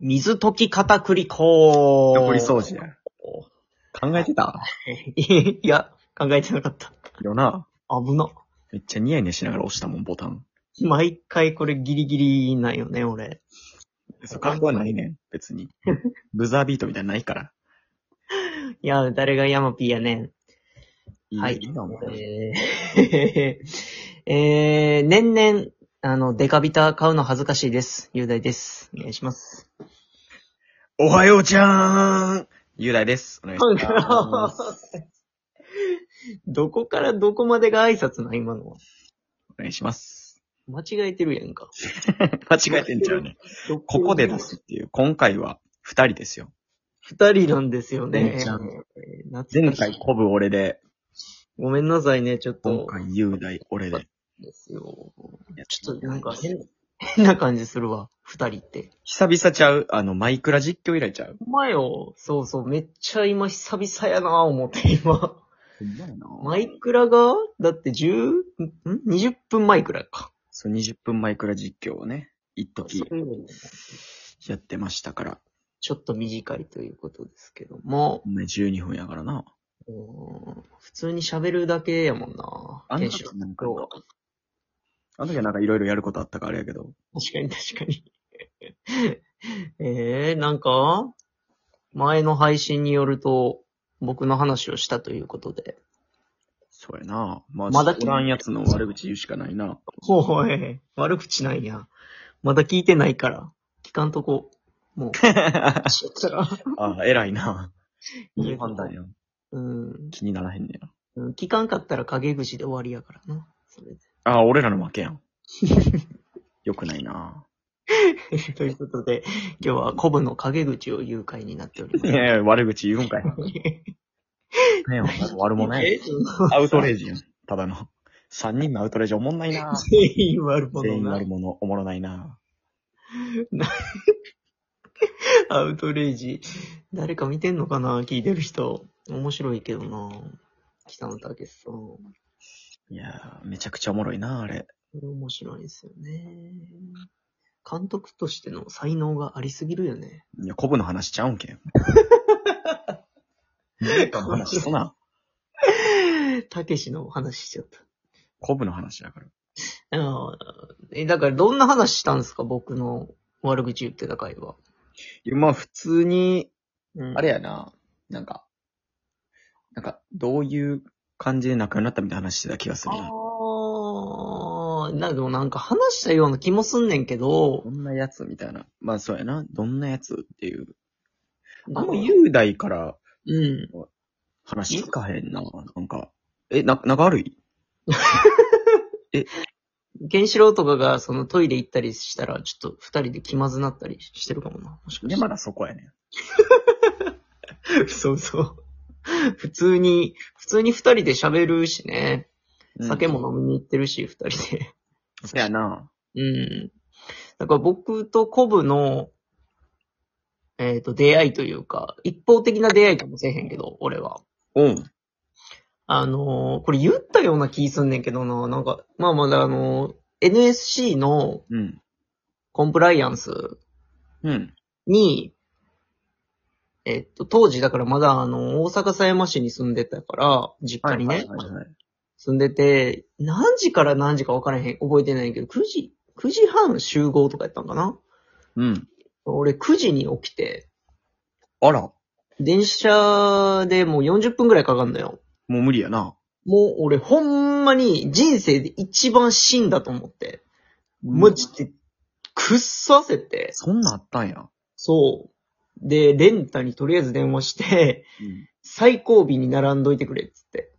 水溶き片栗粉。残り掃除や。考えてたいや、考えてなかった。よな。危な。めっちゃニヤニヤしながら押したもん、ボタン。毎回これギリギリなんよね、俺。そう、格好はないねん、別 に。ブザービートみたいなのないから。いや、誰がヤマピーやねん。はいいな、おえ前。ー えー年々、あの、デカビタ買うの恥ずかしいです。雄大です。お願いします。おはようちゃーん雄大です。お願いします。どこからどこまでが挨拶なん、今のは。お願いします。間違えてるやんか。間違えてんちゃうね。どここで出すっていう、今回は二人ですよ。二人なんですよね。めっちゃあるえー懐前かしい回コブ俺で、ごめんなさいね、ちょっ今と。回雄大俺で。ですよ。ちちょっとなんか変、変な感じするわ、二人って。久々ちゃうあの、マイクラ実況以来ちゃうお前よ、そうそう、めっちゃ今久々やなぁ思って、今。マイクラが、だって10、ん ?20 分前くらいか。そう、20分マイクラ実況をね、一時そういうのもやってましたから。ちょっと短いということですけども、お前12分やからな。うーん普通に喋るだけやもんなあのテンシ時ョンなんか今日は、あの時はなんかいろいろやることあったからあれやけど。確かに確かに。 えー、なんか、前の配信によると、僕の話をしたということで。そうやな。まあ、まだ知らんやつの悪口言うしかないな。おい、悪口ないや。まだ聞いてないから、聞かんとこ。 もう、あしよったら。あ、偉いな。いいいい判断や。うん。気にならへんねや。うん聞かんかったら陰口で終わりやからな。それああ、俺らの負けやん。よくないな。で。 ということで、今日はコブの陰口を誘拐になっておりいます。 やいや、悪口言うんかい。ねえ、悪者やん。えアウトレイジやん。ただの。三人のアウトレイジおもんないな。全員悪者全員な悪。者、おもろないな。アウトレイジ。誰か見てんのかな聞いてる人。面白いけどな。北野武さん。こいやー、めちゃくちゃおもろいな、あれ。れ面白いですよね。監督としての才能がありすぎるよね。 いや、コブの話ちゃうんけん。誰かの話そな。たけしの話しちゃった。コブの話だから。あーえ、だからどんな話したんですか僕の悪口言ってた回は。いやまあ、普通に、うんあれやな、なんか、なんか、どういう感じで仲良くなったみたいな話してた気がするな。あーな、でもなんか話したような気もすんねんけどど、んなやつみたいな。まあ、そうやな。どんなやつっていう。ああんまの、雄大からうん。話聞かへんな。なんか、え、な、仲悪いケンシロウとかがそのトイレ行ったりしたら、ちょっと二人で気まずなったりしてるかもな。もしかいや、して。まだそこやねん。そうそう。 普通に、普通に二人で喋るしね。うん酒も飲みに行ってるし、二人で。そうやな。うん。だから僕とコブの、えっ、と、出会いというか、一方的な出会いかもしれへんけど、俺は。うん。あのーこれ言ったような気すんねんけどな、なんか、まあまだあのー NSC のうん。コンプライアンスうん。に、えっと、当時だからまだあの、大阪狭山市に住んでたから、実家にね、はいはいはい住んでて、何時から何時か分からへん、覚えてないけど、9時、9時半集合とかやったんかなうん。俺9時に起きて、あら、も電車でもう40分くらいかかんのよ。う無理やな。もう俺ほんまに人生で一番死んだと思って。マジで、くっそ焦って。そんなんあったんや。そう。で、レンタにとりあえず電話して、最後尾に並んどいてくれっつって。うん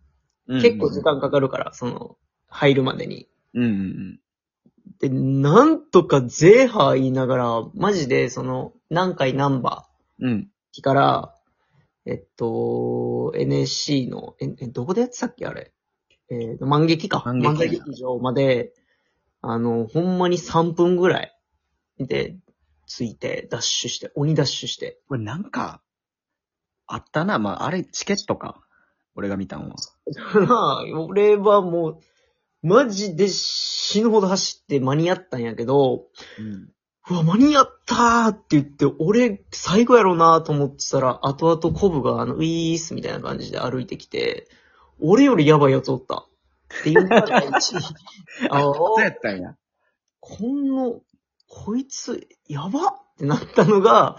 結構時間かかるから、その、入るまでに。うんうんで、なんとかゼーハー言いながら、マジでその、何回ナンバうん。うん。ーから、えっと、NSC の、え、えどこでやってたっけあれ。えーと、万劇か。万劇漫才劇場まで、あの、ほんまに3分ぐらいで、ついて、ダッシュして、鬼ダッシュして。これなんか、あったな。まあ、あれ、チケットか。俺が見たんは。なあ、俺はもう、マジで死ぬほど走って間に合ったんやけど、うん。うわ、間に合ったーって言って、俺、最後やろうなーと思ってたら、後々コブが、あの、ウィースみたいな感じで歩いてきて、俺よりやばいやつおった。っていうのが一ああ、そうやったんや。こんの、こいつ、やばってなったのが、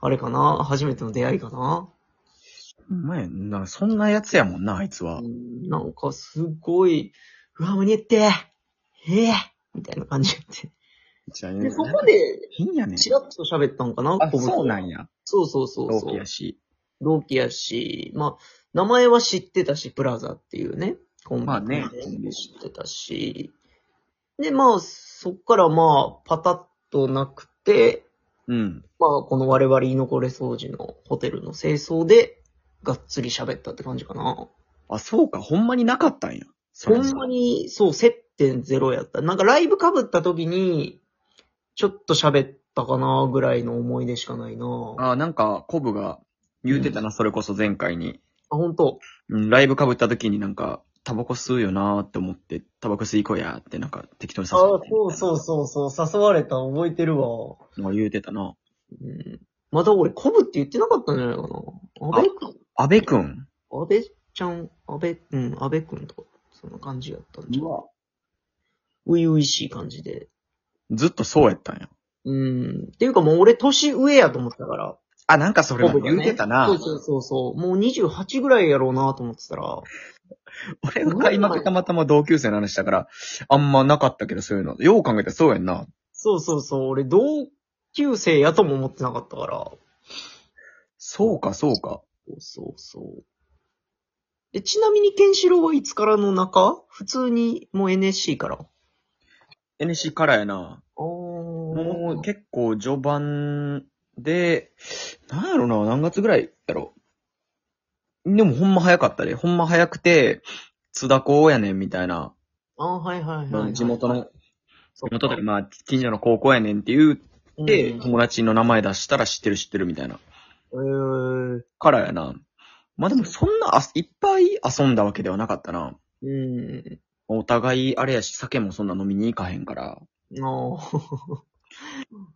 あれかな初めての出会いかなお前、な、そんなやつやもんな、あいつはう。んなんかすごい、うわ、間に合ってええみたいな感じやって。じゃあ、で、そこで、変やねん。チラッと喋ったんかなあ、コブとそうなんや。そうそうそう同そ期うや。し。同期やし、まあ、名前は知ってたし、プラザっていうね、コンビまあねで知ってたし、で、まあ、そっからまあ、パタッとなくて、うん。まあ、この我々居残れ掃除のホテルの清掃で、がっつり喋ったって感じかな。あ、そうか、ほんまになかったんや。そほれんまに、そう、接点ゼロやった。なんかライブ被った時に、ちょっと喋ったかな、ぐらいの思い出しかないな。あ、あ、なんか、コブが言うてたな、それこそ前回に。ほんと。うん、ライブ被った時になんか、タバコ吸うよなーって思って、タバコ吸いこうやーってなんか適当にあ、誘そうてそうそうそう、誘われた、覚えてるわ。なんか言うてたな。うんまた俺、コブって言ってなかったんじゃないかな。安倍くん安部くん。安倍ちゃん、安倍、うん、安倍くんとか、そんな感じやったんじゃん。わ。ういういしい感じで。ずっとそうやったんや。うん。っていうかもう俺、年上やと思ってたから。あ、なんかそれもコブが言うねてたな。そうそうそうそう。もう28ぐらいやろうなと思ってたら。俺が今たまたま同級生の話だから、あんまなかったけどそういうの。よう考えたらそうやんな。そうそうそう。俺、同級生やとも思ってなかったから。そうか、そうか。そうそうそう。え、ちなみに、ケンシロウはいつからの中普通に、もう NSC から。あ NC からやな。あ。もう結構序盤で、なんやろな、何月ぐらいやろ。でもほんま早かったで。ほんま早くて、津田高やねんみたいな。あはいはいはい、はい。地元の、そっか、地元とかまあ近所の高校やねんって言って、うん友達の名前出したら知ってる知ってるみたいな。えー、からやな。まあでもそんなあ、いっぱい遊んだわけではなかったな。うん。お互いあれやし、酒もそんな飲みに行かへんから。あ あ。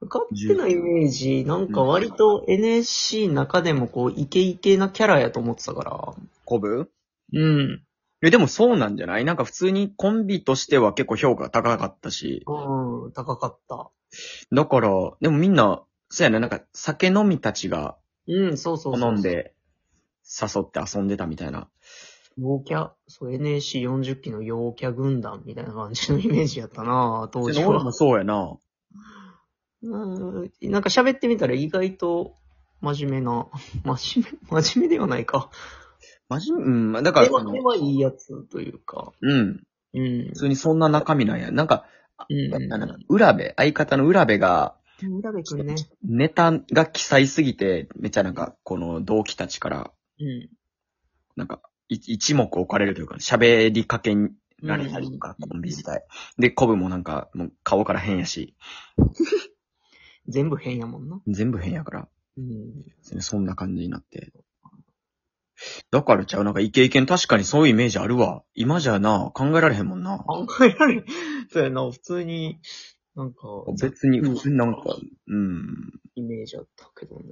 勝手なイメージ、なんか割と NSC の中でもこう、イケイケなキャラやと思ってたから。コブうん。え、でもそうなんじゃないなんか普通にコンビとしては結構評価高かったし。うん、高かった。だから、でもみんな、そうやな、なんか酒飲みたちがうん、そうそうそう飲ん。で誘って遊んでたみたいな。陽キャ、そう、NSC40 期の陽キャ軍団みたいな感じのイメージやったな当時俺はも。そうやな。うん、なんか喋ってみたら意外と、真面目な、真面目、 真面目ではないか。真面目、うん、まあだからでそは、ので、はいいやつというか。うん、うん普。通にそんな中身なんや。なんか、うんなんだなんだ浦部、相方の浦部が、浦部くんね。ネタが記載すぎて、めっちゃなんか、この同期たちから、うん。なんか、い一目置かれるというか、喋りかけられたりとか、コンビ自体。で、コブもなんか、もう顔から変やし、全部変やもんな。全部変やから、うん。そんな感じになって。だからちゃう、なんかイケイケの確かにそういうイメージあるわ。今じゃな、考えられへんもんな。考えられん。そうやな、普通に、なんか、別に、普通になんか、うん。イメージあったけどね。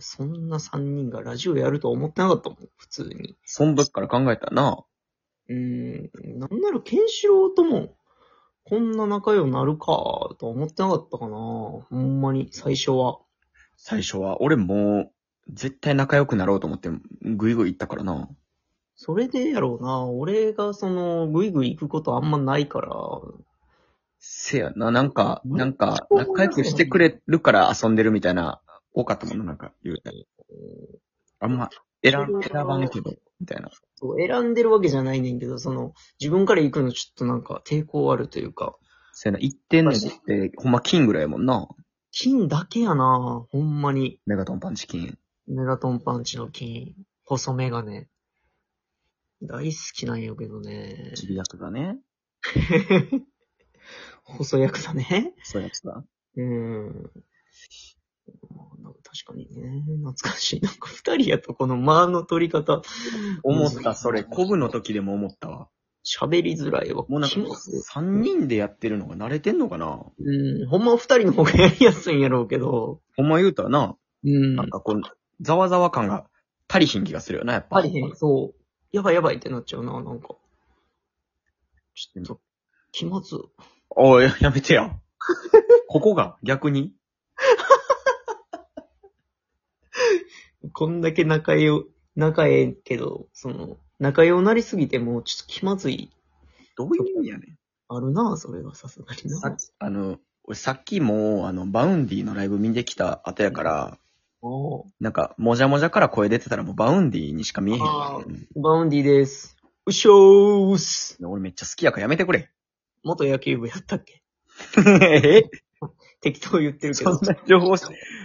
そんな3人がラジオやるとは思ってなかったもん、普通に。そん時から考えたらな、うん。なんなら、ケンシロウとも、こんな仲良くなるか、とは思ってなかったかな。ほんまに、最初は。最初は、俺もう、絶対仲良くなろうと思って、ぐいぐい行ったからな。それでやろうな、俺がその、ぐいぐい行くことあんまないから、せやな、なんか、うんなんか、仲良くしてくれるから遊んでるみたいな、多かったもんな、なんか言うて。あんま、選うんん、選ばねえけど、みたいな。そう選んでるわけじゃないねんけど、その、自分から行くのちょっとなんか抵抗あるというか、せやな、行ってんのって、ほんま金ぐらいやもんな。金だけやなほんまに。メガトンパンチ金。メガトンパンチの金、細メガネ。大好きなんやけどね。 ちびやくだね。細ヤクザね。そうやつだ。うん。まあなんか確かにね、懐かしい。なんか二人やとこの間の取り方、思った、それ、コブの時でも思ったわ。喋りづらいわ。もうなんか、気持ち3人でやってるのが慣れてんのかなうん、ほんまは二人の方がやりやすいんやろうけど、ほんま言うたらな、うん。なんかこう、ざわざわ感が足りひん気がするよな、やっぱ。ありへん、そう。やばいやばいってなっちゃうな、なんか。ちょっと、気まず。おい、ややめて や。ここが逆にこんだけ仲良い、仲ええけど、その、仲良うなりすぎても、ちょっと気まずい。どういう意味やねあるな、それはさすがにん。さなっ。きあの、俺さっきも、あの、バウンディのライブ見てきた後やから、おーなんか、もじゃもじゃから声出てたらもうバウンディにしか見えへんあわ。バウンディです。うっしょーす。俺めっちゃ好きやからやめて くれ。元野球部やったっけえ適当言ってるけそどん。な情報、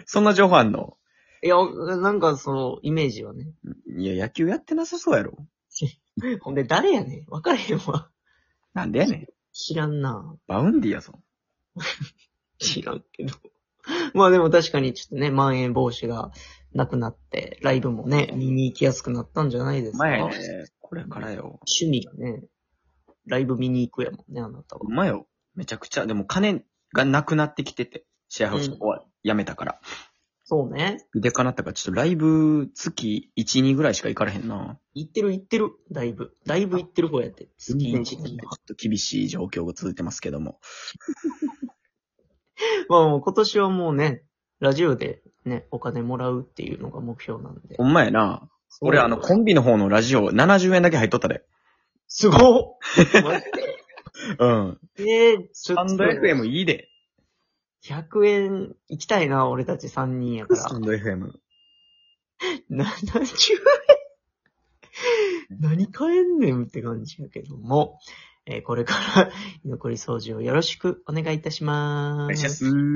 そんな情報あんのいや、なんかその、イメージはね。いや、野球やってなさそうやろ。ほんで、誰やねん。わからへんわ。なんでやねん。知らんな。バウンディやぞ。知らんけど。 まあでも確かにちょっとね、まん延防止がなくなって、ライブもね、見に行きやすくなったんじゃないですか。前やね。これからよ。趣味がね、ライブ見に行くやもんね、あなたうは。まいよ。めちゃくちゃ。でも金がなくなってきてて。シェアハウスうんはやめたから。そうね。でかなったから、ちょっとライブ月1、2ぐらいしか行かれへんな。行ってる行ってる、だいぶ。だいぶ行ってる方やって。月ちょっ1、2。と厳しい状況が続いてますけども。 まあもう今年はもうね、ラジオでね、お金もらうっていうのが目標なんでほ。んまやな。俺あのコこん、ンビの方のラジオ70円だけ入っとったで。すごっマジでうん。えー、ちょハっンとド。FM いいで。 100円行きたいな、俺たち3人やからハ。ンド FM。 70円 何買えんねんって感じやけども、 えーこれから居残り掃除をよろしくお願いいたしまおす。願いします。